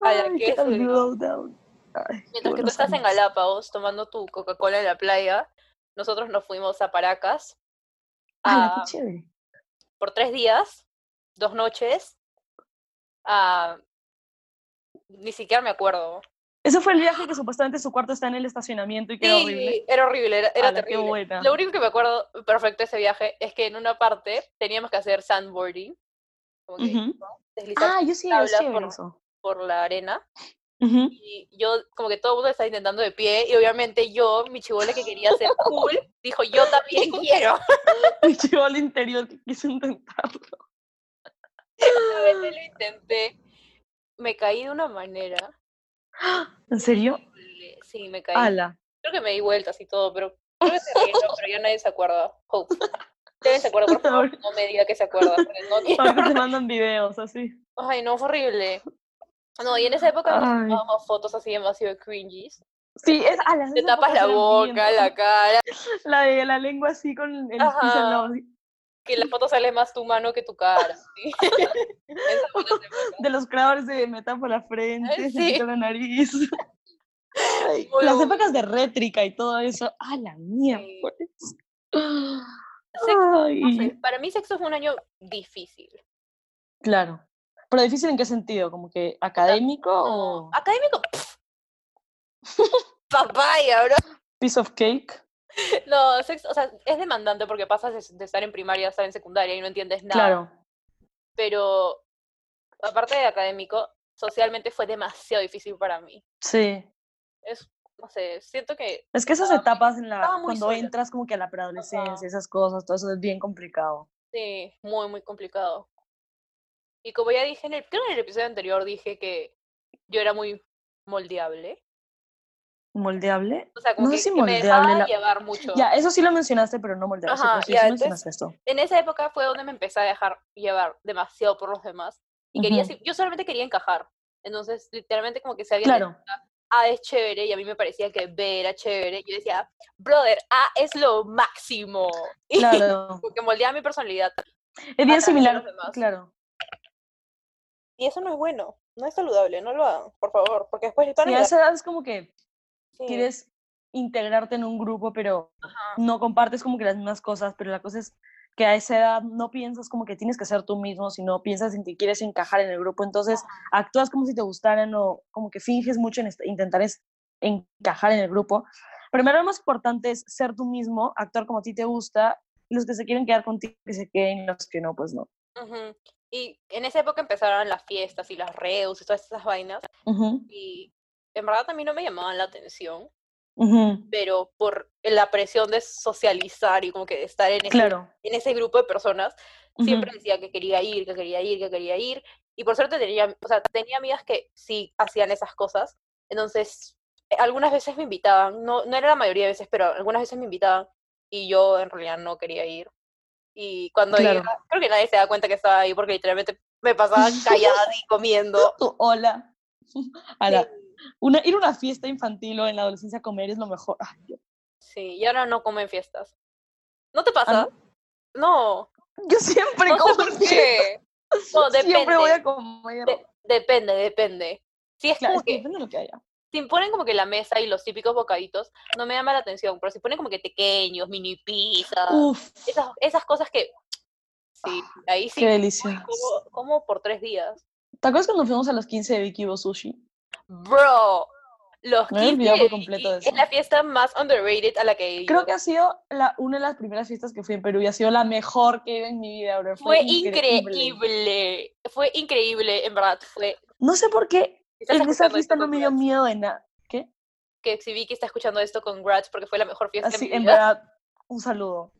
S1: Ay, qué
S2: tal
S1: sueño.
S2: blow down. Ay, qué
S1: Mientras que tú
S2: buenos
S1: estás en
S2: años.
S1: Galápagos tomando tu Coca-Cola en la playa, nosotros nos fuimos a Paracas
S2: Ay,
S1: ah,
S2: qué chévere.
S1: por tres días, dos noches. ah, ni siquiera me acuerdo.
S2: Ese fue el viaje que supuestamente su cuarto está en el estacionamiento y que era horrible.
S1: Sí, era horrible, era, era
S2: Ala, qué
S1: terrible.
S2: buena.
S1: Lo único que me acuerdo perfecto de ese viaje es que en una parte teníamos que hacer sandboarding, como que
S2: Ujú.
S1: deslizarse
S2: Ah, yo sí, yo
S1: tabla
S2: sí,
S1: por-
S2: eso.
S1: por la arena.
S2: Ujú.
S1: Y yo, como que todo el mundo estaba intentando de pie, y obviamente yo, mi chivole que quería ser cool, dijo, yo también quiero.
S2: Me llevó al interior que quise intentarlo.
S1: Una vez lo intenté, me caí de una manera.
S2: ¿En serio?
S1: horrible. Sí, me caí.
S2: Ala.
S1: Creo que me di vueltas y todo, pero creo que se rieron, pero ya nadie se acuerda. Hope. Si alguien se acuerda, por favor, no me diga que se acuerda. porque no quiero-
S2: Ahora te mandan videos así.
S1: Ay, no, fue horrible. No, y en esa época nos
S2: Ay.
S1: tomábamos fotos así demasiado cringies.
S2: Sí, es ala.
S1: Te
S2: esas
S1: tapas
S2: épocas
S1: la
S2: eran
S1: boca,
S2: bien-
S1: la cara,
S2: La de la lengua así con el piso
S1: Ajá.
S2: al lado, así.
S1: que la foto sale más tu mano que tu cara. ¿sí? Esa fue la época.
S2: de los creadores de me por la frente, se
S1: sí.
S2: quita la nariz. Ay,
S1: Muy
S2: Las
S1: bueno.
S2: épocas de rétrica y todo eso. ¡A la mierda!
S1: Sexto,
S2: Ay,
S1: no sé, para mí sexto fue un año difícil.
S2: Claro. Pero difícil en qué sentido, como que académico
S1: No,
S2: o
S1: Académico, pf. papaya, bro.
S2: piece of cake.
S1: No, sexto, o sea, es demandante porque pasas de, de estar en primaria a estar en secundaria y no entiendes nada.
S2: Claro.
S1: Pero aparte de académico, socialmente fue demasiado difícil para mí.
S2: Sí.
S1: Es, no sé, siento que
S2: Es que esas
S1: Estaba muy-
S2: etapas en la
S1: estaba muy
S2: cuando
S1: sola.
S2: entras como que a la preadolescencia, esas cosas, todo eso es bien complicado.
S1: sí, este, muy, muy complicado. Y como ya dije en el, creo que en el episodio anterior dije que yo era muy moldeable.
S2: ¿Moldeable?
S1: O sea, como
S2: No
S1: que,
S2: sé si
S1: que me
S2: moldeable
S1: dejaba
S2: la-
S1: llevar mucho.
S2: Ya, eso sí lo mencionaste, pero no moldeable. sí,
S1: Ajá,
S2: pero sí,
S1: ya,
S2: sí
S1: entonces-
S2: mencionaste esto.
S1: en esa época fue donde me empecé a dejar llevar demasiado por los demás. Y quería,
S2: Ujú.
S1: si- yo solamente quería encajar. Entonces, literalmente como que se había
S2: Claro.
S1: A "Ah, es chévere y a mí me parecía que B era chévere. Y yo decía, brother, A es lo máximo. Y
S2: Claro.
S1: como que moldeaba mi personalidad.
S2: Es
S1: través
S2: bien
S1: de
S2: similar,
S1: los demás.
S2: claro.
S1: Y eso no es bueno, no es saludable, no lo hagan, por favor, porque después están
S2: Y
S1: en
S2: a
S1: la-
S2: esa edad es como que
S1: sí,
S2: quieres integrarte en un grupo, pero
S1: ajá,
S2: no compartes como que las mismas cosas, pero la cosa es que a esa edad no piensas como que tienes que ser tú mismo, sino piensas en que quieres encajar en el grupo, entonces actúas como si te gustaran o como que finges mucho en est- intentar es- encajar en el grupo. Primero lo más importante es ser tú mismo, actuar como a ti te gusta, los que se quieren quedar contigo que se queden, y los que no, pues no.
S1: ujú. Y en esa época empezaron las fiestas y las reus y todas esas vainas.
S2: Ujú,
S1: Y en verdad también no me llamaban la atención,
S2: ujú,
S1: pero por la presión de socializar y como que de estar en ese,
S2: Claro.
S1: en ese grupo de personas,
S2: ujú.
S1: siempre decía que quería ir, que quería ir, que quería ir. Y por suerte tenía, o sea, tenía amigas que sí hacían esas cosas. Entonces, eh, algunas veces me invitaban, no, no era la mayoría de veces, pero algunas veces me invitaban y yo en realidad no quería ir. Y cuando
S2: Claro.
S1: iba, creo que nadie se da cuenta que estaba ahí porque literalmente me pasaba callada y comiendo.
S2: Tú, hola. Ala.
S1: Sí,
S2: Una, ir a una fiesta infantil o en la adolescencia a comer es lo mejor. Ay, Dios.
S1: Sí, y ahora no comen fiestas. ¿No te
S2: Ah,
S1: pasa? No,
S2: Yo siempre
S1: no sé
S2: como
S1: por
S2: en fiesta,
S1: qué. No, depende,
S2: Siempre voy a comer.
S1: de- depende, depende. Si es
S2: Claro,
S1: como
S2: es que
S1: que
S2: depende de lo que haya.
S1: si ponen como que la mesa y los típicos bocaditos, no me llama la Ah, atención, pero si ponen como que pequeños, mini pizzas,
S2: Uf. Ah,
S1: esas, esas cosas que Sí, ahí sí.
S2: Qué delicia.
S1: Como, como por tres días.
S2: ¿Te acuerdas cuando fuimos a los 15 de Vicky Bo Sushi?
S1: Bro, los
S2: Me había
S1: 15
S2: olvidado
S1: de
S2: por completo de
S1: Vicky es
S2: eso.
S1: la fiesta más underrated a la que he ido.
S2: Creo que ha sido la, una de las primeras fiestas que fui en Perú y ha sido la mejor que he ido en mi vida, bro.
S1: fue increíble. Fue increíble, en verdad. Fue.
S2: No sé por qué
S1: si estás
S2: en esa
S1: escuchando
S2: fiesta
S1: esto
S2: no
S1: con
S2: me dio
S1: Grats,
S2: miedo de nada. ¿Qué?
S1: Que si Vicky está escuchando esto con Grats porque fue la mejor fiesta de
S2: Así,
S1: mi
S2: Ah, en
S1: vida.
S2: verdad, un saludo.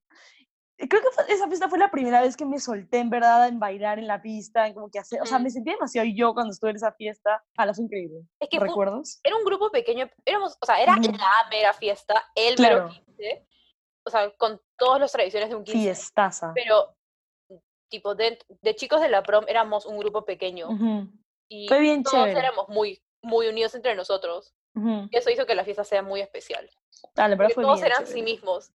S2: Eh, Creo que fue- esa fiesta fue la primera vez que me solté, en verdad, en bailar en la pista, en como que hacer, o sea,
S1: Ujú.
S2: me sentí demasiado yo cuando estuve en esa fiesta. Ala, fue increíble.
S1: Es que fue-
S2: ¿Recuerdas?
S1: era un grupo pequeño. Éramos, o sea, era
S2: Ujú.
S1: la mera fiesta, el
S2: Claro,
S1: mero 15. O sea, con todas las tradiciones de un 15.
S2: fiestaza.
S1: Pero, tipo, de, de chicos de la prom éramos un grupo pequeño.
S2: Ujú,
S1: Y
S2: Fue bien
S1: todos
S2: chévere.
S1: éramos muy, muy unidos entre nosotros.
S2: ujú.
S1: Y eso hizo que la fiesta sea muy especial.
S2: Ala, en verdad
S1: Porque
S2: fue
S1: todos
S2: bien
S1: eran
S2: chévere.
S1: sí mismos.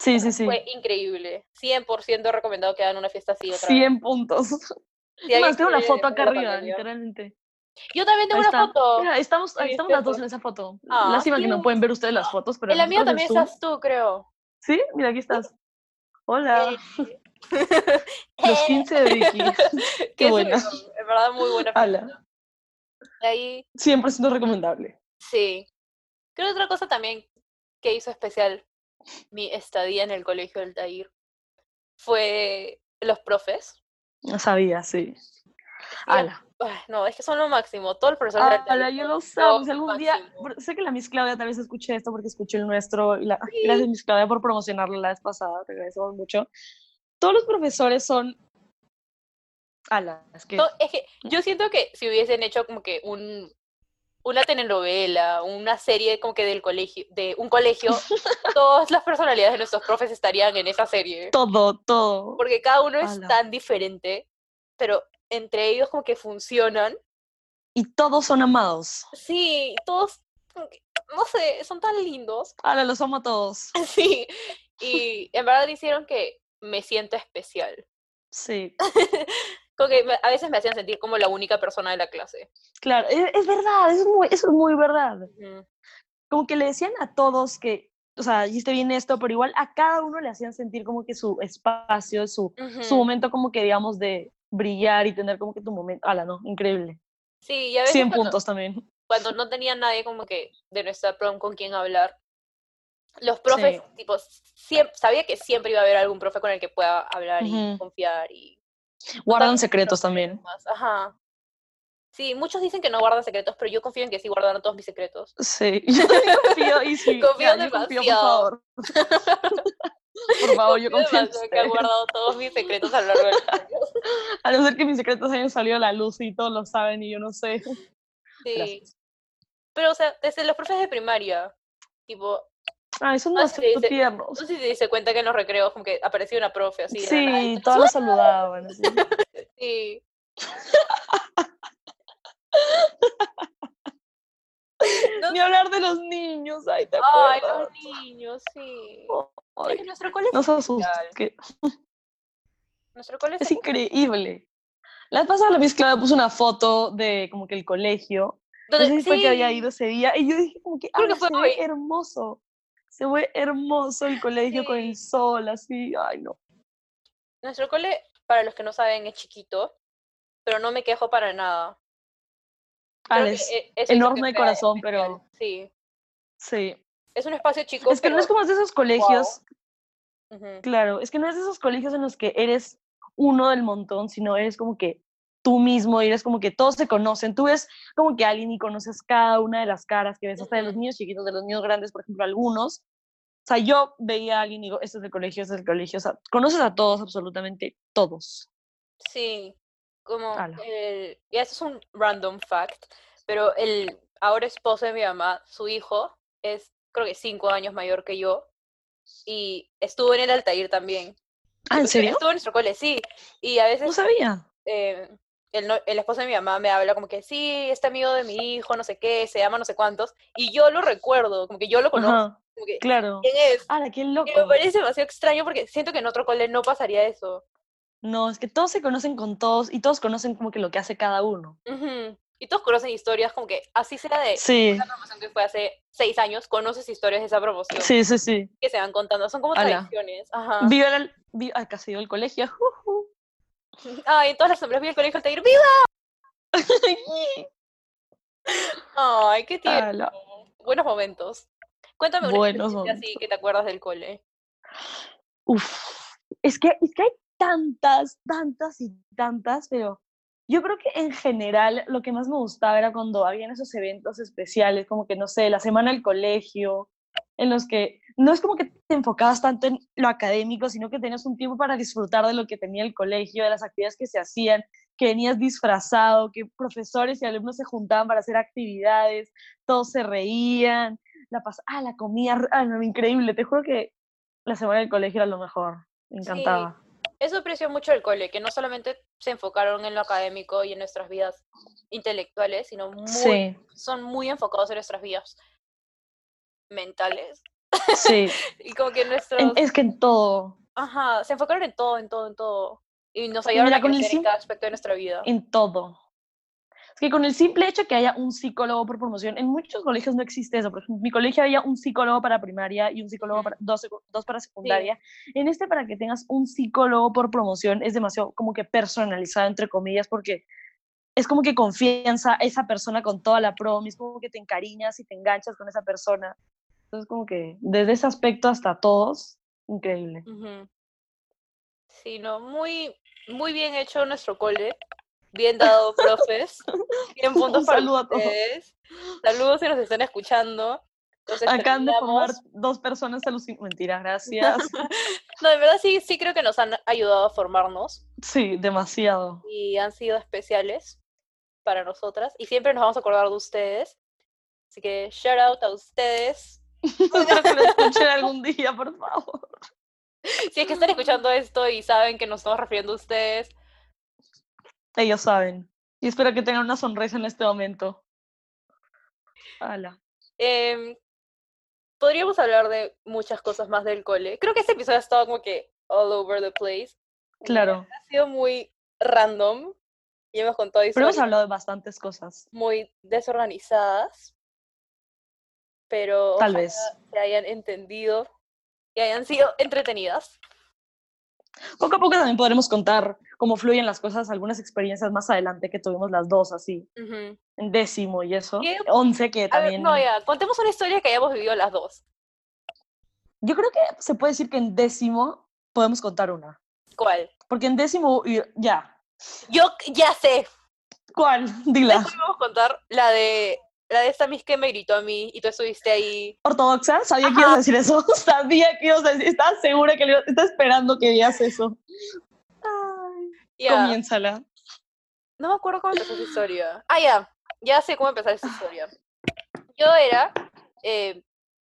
S2: Sí, sí, sí.
S1: Fue increíble. 100% recomendado que hagan una fiesta así otra vez.
S2: 100 puntos.
S1: Si alguien
S2: Más, tengo una
S1: quiere
S2: foto acá
S1: dejar la
S2: arriba,
S1: pandemia.
S2: literalmente.
S1: Yo también tengo
S2: Ahí
S1: una
S2: está.
S1: foto.
S2: Mira, estamos,
S1: Ahí
S2: estamos
S1: está
S2: las dos
S1: todo.
S2: en esa foto.
S1: Ah,
S2: Lástima que no
S1: cute.
S2: pueden ver ustedes las fotos, pero
S1: En la mía
S2: nosotros
S1: también
S2: Zoom-
S1: estás tú, creo.
S2: Sí, mira, aquí estás. Hola. Los
S1: Eh,
S2: 15 de Vicky.
S1: qué
S2: Qué buena.
S1: subidón, En verdad, muy buena fiesta.
S2: Ala.
S1: Ahí,
S2: 100% recomendable.
S1: sí. Creo que otra cosa también que hizo especial mi estadía en el colegio del Tair fue los profes.
S2: No sabía, sí.
S1: Mira,
S2: Ala.
S1: ah, No, es que son lo máximo. Todo el profesor del
S2: Ala,
S1: Altair
S2: yo
S1: son
S2: lo sabes.
S1: lo
S2: Algún día.
S1: máximo.
S2: pero Sé que la Miss Claudia tal vez escuche esto porque escuché el nuestro. y la-
S1: Sí.
S2: Gracias, Miss Claudia, por promocionarlo la vez pasada. Te agradecemos mucho. Todos los profesores son. Ala, es que.
S1: No, es que yo siento que si hubiesen hecho como que un una telenovela, una serie como que del colegio, de un colegio, todas las personalidades de nuestros profes estarían en esa serie.
S2: Todo, todo.
S1: Porque cada uno es
S2: Ala.
S1: tan diferente, pero entre ellos como que funcionan.
S2: Y todos son amados.
S1: Sí, todos, como que, no sé, son tan lindos.
S2: Ala, los amo a todos.
S1: Sí, y en verdad hicieron que me sienta especial.
S2: Sí.
S1: Como que me- a veces me hacían sentir como la única persona de la clase.
S2: Claro, es, es verdad, eso es, muy, eso es muy verdad.
S1: Ujú.
S2: Como que le decían a todos que, o sea, hiciste bien esto, pero igual a cada uno le hacían sentir como que su espacio, su, su
S1: Ujú.
S2: momento como que, digamos, de brillar y tener como que tu momento. Ala, no, increíble.
S1: Sí, y a veces
S2: 100
S1: cuando-
S2: puntos también.
S1: cuando no tenía nadie como que de nuestra prom con quien hablar, los profes,
S2: Sí.
S1: tipo, siem- sabía que siempre iba a haber algún profe con el que pueda hablar y
S2: Ujú.
S1: confiar y
S2: Guardan
S1: Totalmente
S2: secretos también.
S1: más. Ajá. Sí, muchos dicen que no guardan secretos, pero yo confío en que sí guardaron todos mis secretos.
S2: Sí, yo también confío y sí.
S1: Confío
S2: ya, yo confío, por
S1: demasiado.
S2: favor. Por favor, yo confío en
S1: demasiado que han
S2: ustedes.
S1: guardado todos mis secretos a lo largo de los años.
S2: A no ser que mis secretos hayan salido a la luz y todos lo saben y yo no sé.
S1: Sí.
S2: Gracias.
S1: Pero, o sea, desde los profes de primaria, tipo,
S2: Ah, eso
S1: Ah,
S2: no
S1: sí,
S2: es
S1: dice-
S2: tiernos.
S1: no sé si te diste cuenta que en los recreos como que aparecía una profe así. de la nada, y
S2: Sí,
S1: todos,
S2: todos lo saludaban. así.
S1: Sí. No
S2: Ni hablar de los niños, ay, te
S1: Ay,
S2: acuerdas.
S1: los niños, sí. Es que
S2: Ay,
S1: nuestro colegio
S2: no se asustes, que
S1: Nuestro cole es
S2: es increíble. La vez pasada la Miss Claudia puso una foto de como que el colegio. No
S1: donde-
S2: sé si fue que había
S1: sí,
S2: ido ese día y yo dije como que,
S1: Creo que
S2: "Ala,
S1: fue
S2: se
S1: hoy".
S2: ve hermoso. Se ve hermoso el colegio con el
S1: Sí.
S2: sol, así, ay, no.
S1: Nuestro cole, para los que no saben, es chiquito, pero no me quejo para nada. Creo
S2: Ala,
S1: que
S2: es
S1: e- eso hizo
S2: enorme
S1: que
S2: de
S1: sea
S2: corazón,
S1: especial,
S2: pero
S1: Sí,
S2: sí.
S1: es un espacio chico,
S2: Es que no es
S1: pero-
S2: como de esos colegios
S1: Ujú.
S2: Claro, es que no es de esos colegios en los que eres uno del montón, sino eres como que tú mismo, y eres como que todos se conocen. Tú ves como que alguien y conoces cada una de las caras que ves, hasta de los
S1: Ujú.
S2: niños chiquitos, de los niños grandes, por ejemplo, algunos. O sea, yo veía a alguien y digo, este es del colegio, este es del colegio. O sea, conoces a todos, absolutamente todos.
S1: Sí, como
S2: Ala.
S1: el, ya eso es un random fact, pero el ahora esposo de mi mamá, su hijo, es creo que cinco años mayor que yo, y estuvo en el Altair también.
S2: Ah, ¿en
S1: Estu-
S2: serio?
S1: Estuvo en nuestro cole, sí. Y a veces
S2: No sabía.
S1: eh, el, no- el esposo de mi mamá me habla como que sí, este amigo de mi hijo, no sé qué, se llama no sé cuántos, y yo lo recuerdo, como que yo lo conozco,
S2: Ajá,
S1: como que,
S2: claro.
S1: ¿quién es?
S2: Ala, qué
S1: Y
S2: loco.
S1: me parece demasiado extraño porque siento que en otro cole no pasaría eso.
S2: No, es que todos se conocen con todos y todos conocen como que lo que hace cada uno.
S1: Ujú. Y todos conocen historias como que así sea de
S2: Sí,
S1: una promoción que fue hace seis años, conoces historias de esa promoción
S2: sí, sí, sí.
S1: que se van contando, son como
S2: Ala.
S1: tradiciones. Ajá.
S2: Vive la, vi- ah, casi dio el colegio.
S1: Ay, en todas las sombras vi el colegio Altair. ¡Viva! Ay, qué tierno.
S2: Ah, la-
S1: Buenos momentos. Cuéntame una
S2: Buenos
S1: experiencia así que te acuerdas del cole.
S2: Uf, es que, es que hay tantas, tantas y tantas, pero yo creo que en general lo que más me gustaba era cuando habían esos eventos especiales, como que no sé, la semana del colegio, en los que no es como que te enfocabas tanto en lo académico, sino que tenías un tiempo para disfrutar de lo que tenía el colegio, de las actividades que se hacían, que venías disfrazado, que profesores y alumnos se juntaban para hacer actividades, todos se reían, la pas ah, la comida, r- ah, no, increíble, te juro que la semana del colegio era lo mejor, me
S1: Sí.
S2: encantaba.
S1: Eso aprecio mucho el cole, que no solamente se enfocaron en lo académico y en nuestras vidas intelectuales, sino muy, son muy enfocados en nuestras vidas mentales.
S2: sí,
S1: Y como que nuestros...
S2: En- es que en todo,
S1: Ajá, se enfocaron en todo, en todo, en todo. Y nos
S2: Y
S1: ayudaron
S2: mira,
S1: a
S2: con el
S1: crecer en
S2: sim-
S1: cada aspecto de nuestra vida.
S2: en todo. Es que con el simple hecho que haya un psicólogo por promoción, en muchos colegios no existe eso. Por ejemplo, en mi colegio había un psicólogo para primaria y un psicólogo
S1: Ujú.
S2: para, dos, secu- dos para secundaria. En este, para que tengas un psicólogo por promoción, es demasiado como que personalizado, entre comillas, porque es como que confianza esa persona con toda la prom, y es como que te encariñas y te enganchas con esa persona. Entonces, como que desde ese aspecto hasta todos, increíble.
S1: Ujú. Sí, no, muy, muy bien hecho nuestro cole. Bien dado, profes. Bien
S2: Un
S1: puntos para
S2: saludo a todos.
S1: ustedes. Saludos si nos están escuchando. Los
S2: Acaban de formar
S1: extrañamos.
S2: dos personas alucinantes. Mentira, gracias.
S1: No, de verdad sí, sí creo que nos han ayudado a formarnos
S2: Sí, demasiado.
S1: y han sido especiales para nosotras. Y siempre nos vamos a acordar de ustedes. Así que shout out a ustedes.
S2: Espero que lo escuchen algún día, por favor.
S1: Si es que están escuchando esto y saben que nos estamos refiriendo a ustedes,
S2: Ellos saben. Y espero que tengan una sonrisa en este momento. Ala.
S1: Em, podríamos hablar de muchas cosas más del cole. Creo que este episodio ha estado como que all over the place. Eh,
S2: Claro.
S1: Ha sido muy random y hemos contado
S2: Pero hemos
S1: historias
S2: hablado de bastantes cosas.
S1: muy desorganizadas. Pero
S2: Tal
S1: ojalá
S2: vez.
S1: se hayan entendido y hayan sido entretenidas.
S2: Poco a poco también podremos contar cómo fluyen las cosas, algunas experiencias más adelante que tuvimos las dos, así.
S1: Ujú.
S2: En décimo y eso.
S1: ¿Qué?
S2: Once que
S1: A ver,
S2: también.
S1: no, ya, contemos una historia que hayamos vivido las dos.
S2: Yo creo que se puede decir que en décimo podemos contar una.
S1: ¿Cuál?
S2: Porque en décimo, y- ya.
S1: Yo c- ya sé.
S2: ¿Cuál? Dila.
S1: Después vamos a contar la de la de esta mis que me gritó a mí y tú estuviste ahí.
S2: ortodoxa, sabía que ibas a decir eso, sabía que ibas a decir, estaba segura que le ibas- estaba esperando que digas eso.
S1: Ya.
S2: Comiénzala.
S1: No me acuerdo cómo empezó esa historia. Ah, ya. Ya sé cómo empezar esa historia. Yo era, eh,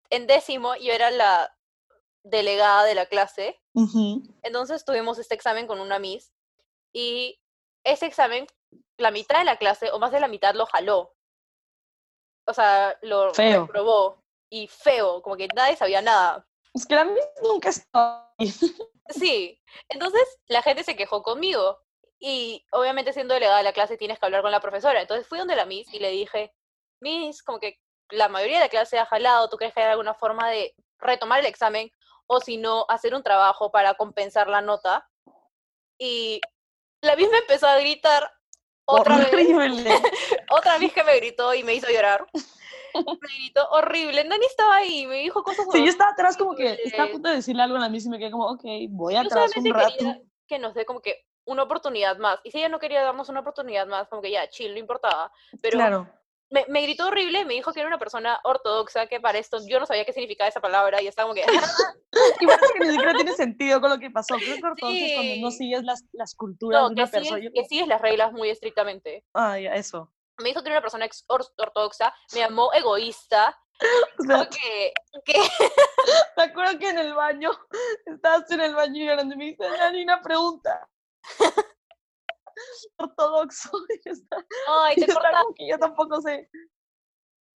S1: en décimo, yo era la delegada de la clase.
S2: Ujú.
S1: Entonces tuvimos este examen con una Miss. Y ese examen, la mitad de la clase, o más de la mitad, lo jaló. O sea, lo
S2: Feo.
S1: reprobó. Y feo, como que nadie sabía nada.
S2: Es que la mía nunca estaba ahí.
S1: Sí, entonces la gente se quejó conmigo y obviamente siendo delegada de la clase tienes que hablar con la profesora. Entonces fui donde la Miss y le dije, Miss, como que la mayoría de la clase ha jalado, ¿tú crees que hay alguna forma de retomar el examen o si no hacer un trabajo para compensar la nota? Y la Miss me empezó a gritar otra vez,
S2: Horrible.
S1: otra Miss que me gritó y me hizo llorar. Me gritó horrible, Nani estaba ahí, me dijo cosas
S2: Sí, yo
S1: horribles.
S2: estaba atrás como que estaba a
S1: Horrible.
S2: punto de decirle algo a la mía y me quedé como, ok, voy
S1: Yo
S2: atrás un
S1: solamente
S2: rato.
S1: quería que nos dé como que una oportunidad más. Y si ella no quería darnos una oportunidad más, como que ya, chill, no importaba. Pero
S2: Claro.
S1: me, me gritó horrible, me dijo que era una persona ortodoxa, que para esto yo no sabía qué significaba esa palabra y estaba como que...
S2: Y bueno, es que ni siquiera tiene sentido con lo que pasó. Creo que ortodoxa es cuando no
S1: Sí.
S2: sigues las, las culturas
S1: no,
S2: de
S1: que
S2: una persona.
S1: sigues,
S2: Yo-
S1: que sigues las reglas muy estrictamente.
S2: Ay, eso.
S1: Me dijo que era una persona ex- or- ortodoxa, me llamó egoísta,
S2: O sea,
S1: como que, que
S2: Me acuerdo que en el baño, estabas en el baño llorando y me dice, Dani, una pregunta. Ortodoxo. Y yo estaba-
S1: ay,
S2: y
S1: te,
S2: yo estaba
S1: corta-
S2: como que yo tampoco sé.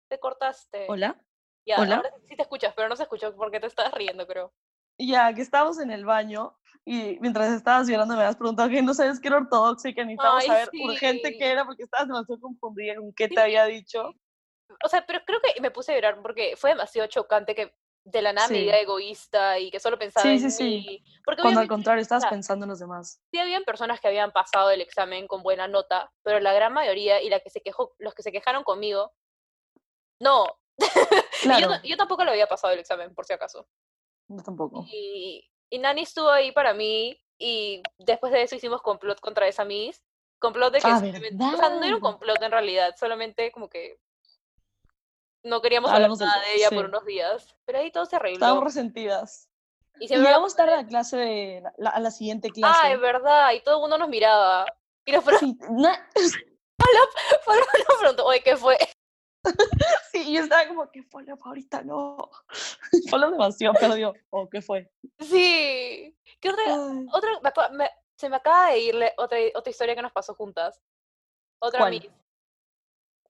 S1: te cortaste.
S2: ¿Hola?
S1: Ya,
S2: hola.
S1: ahora sí te escuchas, pero no se escuchó porque te estabas riendo, creo.
S2: Ya, que estábamos en el baño y mientras estabas llorando me habías preguntado que no sabes que era ortodoxo y que necesitábamos
S1: Ay,
S2: saber urgente
S1: sí.
S2: qué era porque estabas demasiado confundida con qué te había dicho.
S1: O sea, pero creo que me puse a llorar porque fue demasiado chocante que de la nada
S2: Sí.
S1: me diga egoísta y que solo pensaba
S2: Sí,
S1: en
S2: sí, sí.
S1: mí. Porque
S2: Cuando al
S1: obviamente,
S2: contrario estás
S1: sea,
S2: pensando en los demás.
S1: sí habían personas que habían pasado el examen con buena nota, pero la gran mayoría y la que se quejó, los que se quejaron conmigo, no. Y yo
S2: Claro,
S1: ta- yo, tampoco lo había pasado el examen, por si acaso.
S2: yo tampoco.
S1: Y, y Nani estuvo ahí para mí y después de eso hicimos complot contra esa Miss. Complot de que...
S2: Ah,
S1: simplemente- o sea, no era un
S2: ¿verdad?
S1: complot en realidad, solamente como que... No queríamos
S2: Hablamos del-
S1: hablar nada de ella por
S2: sí.
S1: unos días, pero ahí todo se arregló.
S2: Estábamos resentidas.
S1: Y
S2: Y
S1: siempre hablamos
S2: llegamos tarde a
S1: de-
S2: la clase de, la- a la siguiente clase.
S1: Ah, es verdad, y todo el mundo nos miraba. Y nos
S2: Sí, na-
S1: nos preguntó, oye, ¿qué fue?
S2: sí, y yo estaba como, ¿qué fue lo favorita? No. fue lo demasiado, pero digo, oh, ¿qué fue?
S1: Sí. ¿Qué otra,
S2: Ay,
S1: otra, me acaba- me- se me acaba de irle otra, otra historia que nos pasó juntas. Otra
S2: ¿Cuál?
S1: Miss.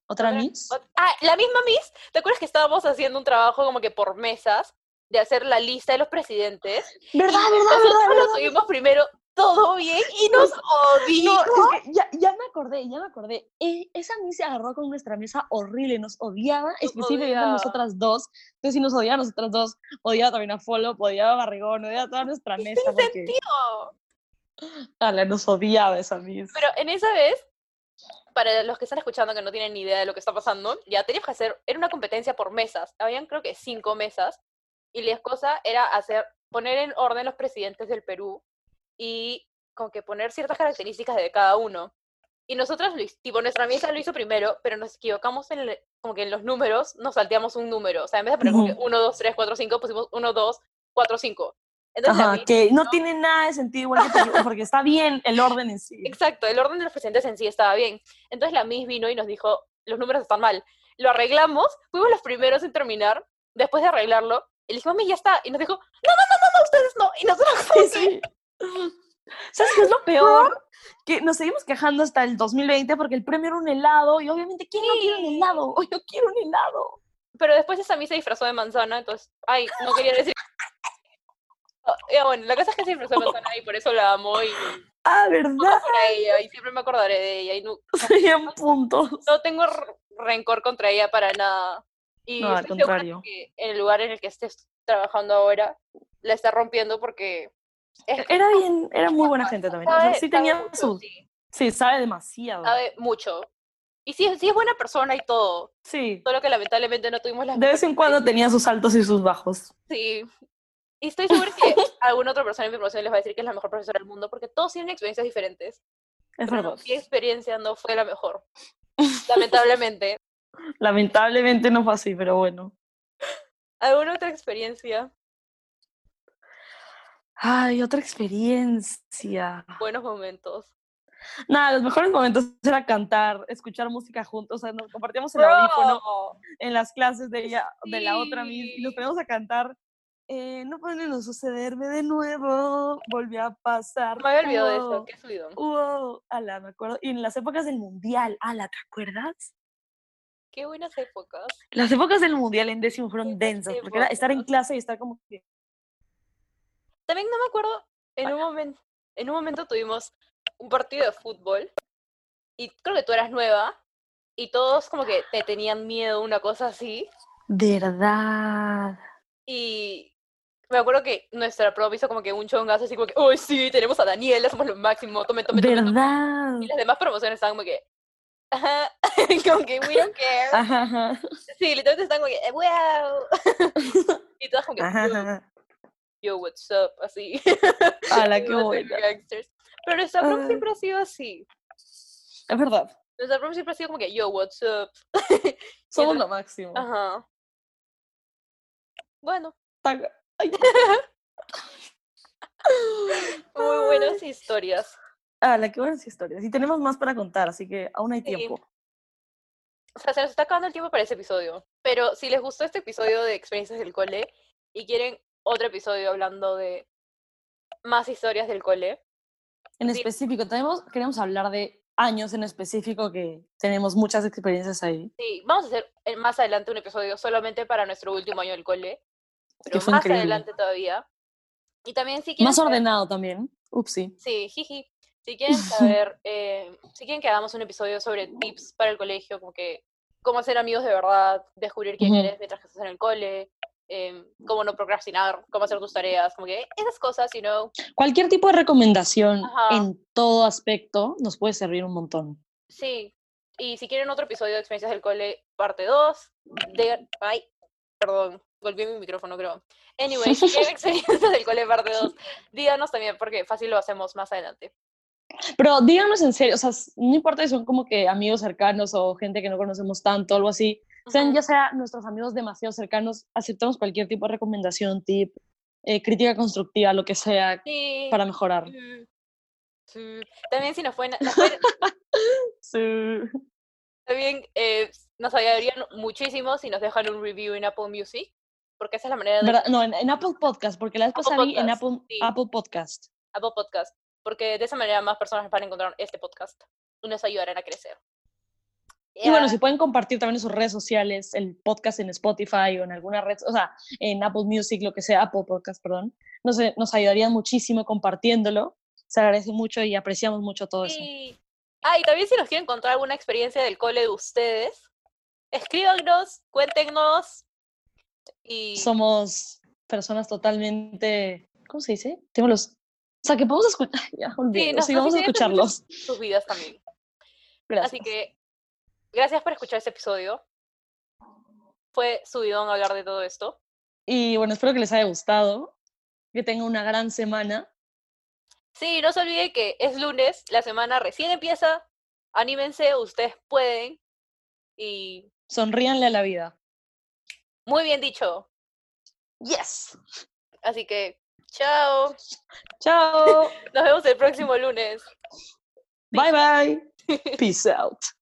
S2: ¿Otra
S1: otra-
S2: Miss?
S1: ot- ah, la misma Miss. ¿Te acuerdas que estábamos haciendo un trabajo como que por mesas de hacer la lista de los presidentes?
S2: Ah, ¿Verdad,
S1: Y
S2: verdad,
S1: Nosotros
S2: verdad?
S1: lo tuvimos primero todo bien y nos odió.
S2: No, es que ya, ya me acordé, ya me acordé. E- esa Miss se agarró con nuestra mesa horrible, nos odiaba, específicamente a
S1: odiaba.
S2: nosotras dos. Entonces, si nos odiaba a nosotras dos, odiaba también a Follow, odiaba a Barrigón, odiaba a toda nuestra mesa. porque
S1: No.
S2: ala, nos odiaba esa Miss.
S1: Pero en esa vez, para los que están escuchando que no tienen ni idea de lo que está pasando, ya teníamos que hacer, era una competencia por mesas. Habían creo que cinco mesas. Y la cosa era hacer, poner en orden los presidentes del Perú y como que poner ciertas características de cada uno. Y nosotras, lo his- tipo, nuestra mesa lo hizo primero, pero nos equivocamos en, el- como que en los números, nos salteamos un número. O sea, en vez de poner como que
S2: Ujú.
S1: 1, 2, 3, 4, 5, pusimos 1, 2, 4, 5. Entonces, a mí-
S2: Ajá, que no tiene nada de sentido igual que te digo, porque está bien el orden en sí.
S1: Exacto, el orden de los presentes en sí estaba bien. Entonces la Miss vino y nos dijo, los números están mal. Lo arreglamos, fuimos los primeros en terminar, después de arreglarlo, y le dijimos, Miss, ya está. Y nos dijo, no, no, no, no, no, ustedes no. Y nosotros,
S2: Sí, Pues sí. ¿Sabes qué es lo peor? Que nos seguimos quejando hasta el 2020 porque el premio era un helado y obviamente, ¿quién no quiere un
S1: Sí.
S2: helado? Oh, yo quiero un helado.
S1: pero después esa Miss se disfrazó de manzana, entonces, ay, no quería decir... Ah, Ya bueno, la cosa es que se disfrazó de manzana y por eso la amo y
S2: Ah, ¿verdad?
S1: para ella, y siempre me acordaré de ella, y no,
S2: Serían puntos.
S1: no tengo re- rencor contra ella para nada. Y
S2: No, al
S1: estoy segura
S2: contrario.
S1: que en el lugar en el que estés trabajando ahora, la está rompiendo porque... es
S2: E-, Era bien, era muy
S1: Ah,
S2: buena gente también. O sea, sí tenía
S1: mucho,
S2: sus.
S1: sí,
S2: Sí, sabe demasiado.
S1: sabe mucho. Y sí, sí es buena persona y todo.
S2: Sí.
S1: Solo que lamentablemente no tuvimos las
S2: De vez en cuando tenía sus altos y sus bajos.
S1: Sí. Y estoy segura que alguna otra persona en mi promoción les va a decir que es la mejor profesora del mundo porque todos tienen experiencias diferentes.
S2: Es
S1: Pero
S2: verdad.
S1: mi experiencia no fue la mejor. Lamentablemente.
S2: Lamentablemente no fue así, pero bueno.
S1: ¿Alguna otra experiencia?
S2: Ay, otra experiencia.
S1: Buenos momentos.
S2: Nada, los mejores momentos era cantar, escuchar música juntos. O sea, nos compartíamos el audífono
S1: Bro.
S2: en las clases de ella, de la otra misma, y nos
S1: Sí.
S2: poníamos a cantar. eh, no puede no sucederme de nuevo, volvió a pasar.
S1: Me había olvidado de
S2: wow,
S1: eso. Qué subidón.
S2: wow, ala, me acuerdo. Y en las épocas del mundial, ala, ¿te acuerdas?
S1: Qué buenas épocas.
S2: Las épocas del mundial en décimo fueron
S1: Esas
S2: densas, porque era estar en
S1: épocas.
S2: clase y estar como que.
S1: También no me acuerdo, en un momento, en un momento tuvimos un partido de fútbol y creo que tú eras nueva y todos como que te tenían miedo, una cosa así.
S2: ¿Verdad?
S1: Y me acuerdo que nuestra profe hizo como que un chongazo así como que, uy, sí, tenemos a Daniela, somos lo máximo, tomen, tomen, tomen, tomen".
S2: ¿Verdad?
S1: Y las demás promociones estaban como que, ajá, como que we don't care.
S2: Ajá, ajá.
S1: Sí, literalmente estaban como que, "Eh, wow. y todas como que,
S2: Ajá,
S1: "Yo,
S2: ajá.
S1: yo, what's up, así.
S2: Ala, qué
S1: Iban a ser
S2: buena.
S1: gangsters. Pero nuestra profe
S2: Ay.
S1: siempre ha sido así.
S2: Es verdad.
S1: Nuestra profe siempre ha sido como que, yo, what's up.
S2: Somos
S1: otra-
S2: lo máximo.
S1: Ajá. Bueno,
S2: Taca- Ay.
S1: muy buenas historias.
S2: Ah, la que buenas historias. Y tenemos más para contar, así que aún hay
S1: Sí.
S2: tiempo.
S1: O sea, se nos está acabando el tiempo para ese episodio. Pero si les gustó este episodio de experiencias del cole y quieren otro episodio hablando de más historias del cole,
S2: En
S1: Sí.
S2: específico, tenemos, queremos hablar de años en específico que tenemos muchas experiencias ahí.
S1: sí, vamos a hacer eh, más adelante un episodio solamente para nuestro último año del cole. Pero
S2: fue
S1: más
S2: increíble.
S1: adelante todavía. Y también si quieren
S2: Más
S1: saber-
S2: ordenado también. Upsi.
S1: Sí, jiji. Si quieren saber, eh, si quieren que hagamos un episodio sobre tips para el colegio, como que cómo hacer amigos de verdad, descubrir quién
S2: Ujú.
S1: eres mientras que estás en el cole, eh, cómo no procrastinar, cómo hacer tus tareas, como que esas cosas, you know.
S2: Cualquier tipo de recomendación
S1: Ajá.
S2: en todo aspecto nos puede servir un montón.
S1: Sí. Y si quieren otro episodio de Experiencias del Cole, parte 2, de... Ay, perdón, golpeé mi micrófono, creo. Anyway, si quieren Experiencias del Cole, parte 2, díganos también, porque fácil lo hacemos más adelante.
S2: Pero díganos en serio, o sea, s- no importa si son como que amigos cercanos o gente que no conocemos tanto, algo así, sean
S1: Ujú.
S2: ya sea nuestros amigos demasiado cercanos, aceptamos cualquier tipo de recomendación, tip, eh, crítica constructiva, lo que sea,
S1: Sí.
S2: para mejorar.
S1: ujú. Sí. También si nos pueden, nos pueden-
S2: Sí.
S1: también eh, nos ayudarían muchísimo si nos dejan un review en Apple Music, porque esa es la manera de
S2: ¿Verdad? No, en, en Apple Podcast, porque la vez
S1: Apple
S2: pasada vi en
S1: Podcast,
S2: Apple,
S1: sí.
S2: Apple Podcast.
S1: Apple Podcast, porque de esa manera más personas van a encontrar este podcast y nos ayudarán a crecer.
S2: Y bueno,
S1: Ya.
S2: si pueden compartir también en sus redes sociales el podcast en Spotify o en alguna red, o sea, en Apple Music, lo que sea, Apple Podcast, perdón, nos, eh, nos ayudaría muchísimo compartiéndolo. Se agradece mucho y apreciamos mucho todo eso.
S1: Sí. Ah, y también si nos quieren contar alguna experiencia del cole de ustedes, escríbanos, cuéntenos. Y
S2: Somos personas totalmente, ¿cómo se dice? Tenemos los... O sea, que podemos escuchar, ya, olvídalo,
S1: nos-
S2: sí,
S1: nos
S2: vamos a
S1: interesa mucho.
S2: escucharlos.
S1: sus vidas también.
S2: Gracias.
S1: Así que, gracias por escuchar este episodio. Fue subidón hablar de todo esto.
S2: Y bueno, espero que les haya gustado, que tengan una gran semana.
S1: Sí, no se olvide que es lunes, la semana recién empieza. Anímense, ustedes pueden. Y
S2: Sonríanle a la vida.
S1: muy bien dicho.
S2: Yes.
S1: Así que, chao.
S2: Chao.
S1: Nos vemos el próximo lunes.
S2: bye bye. Peace out.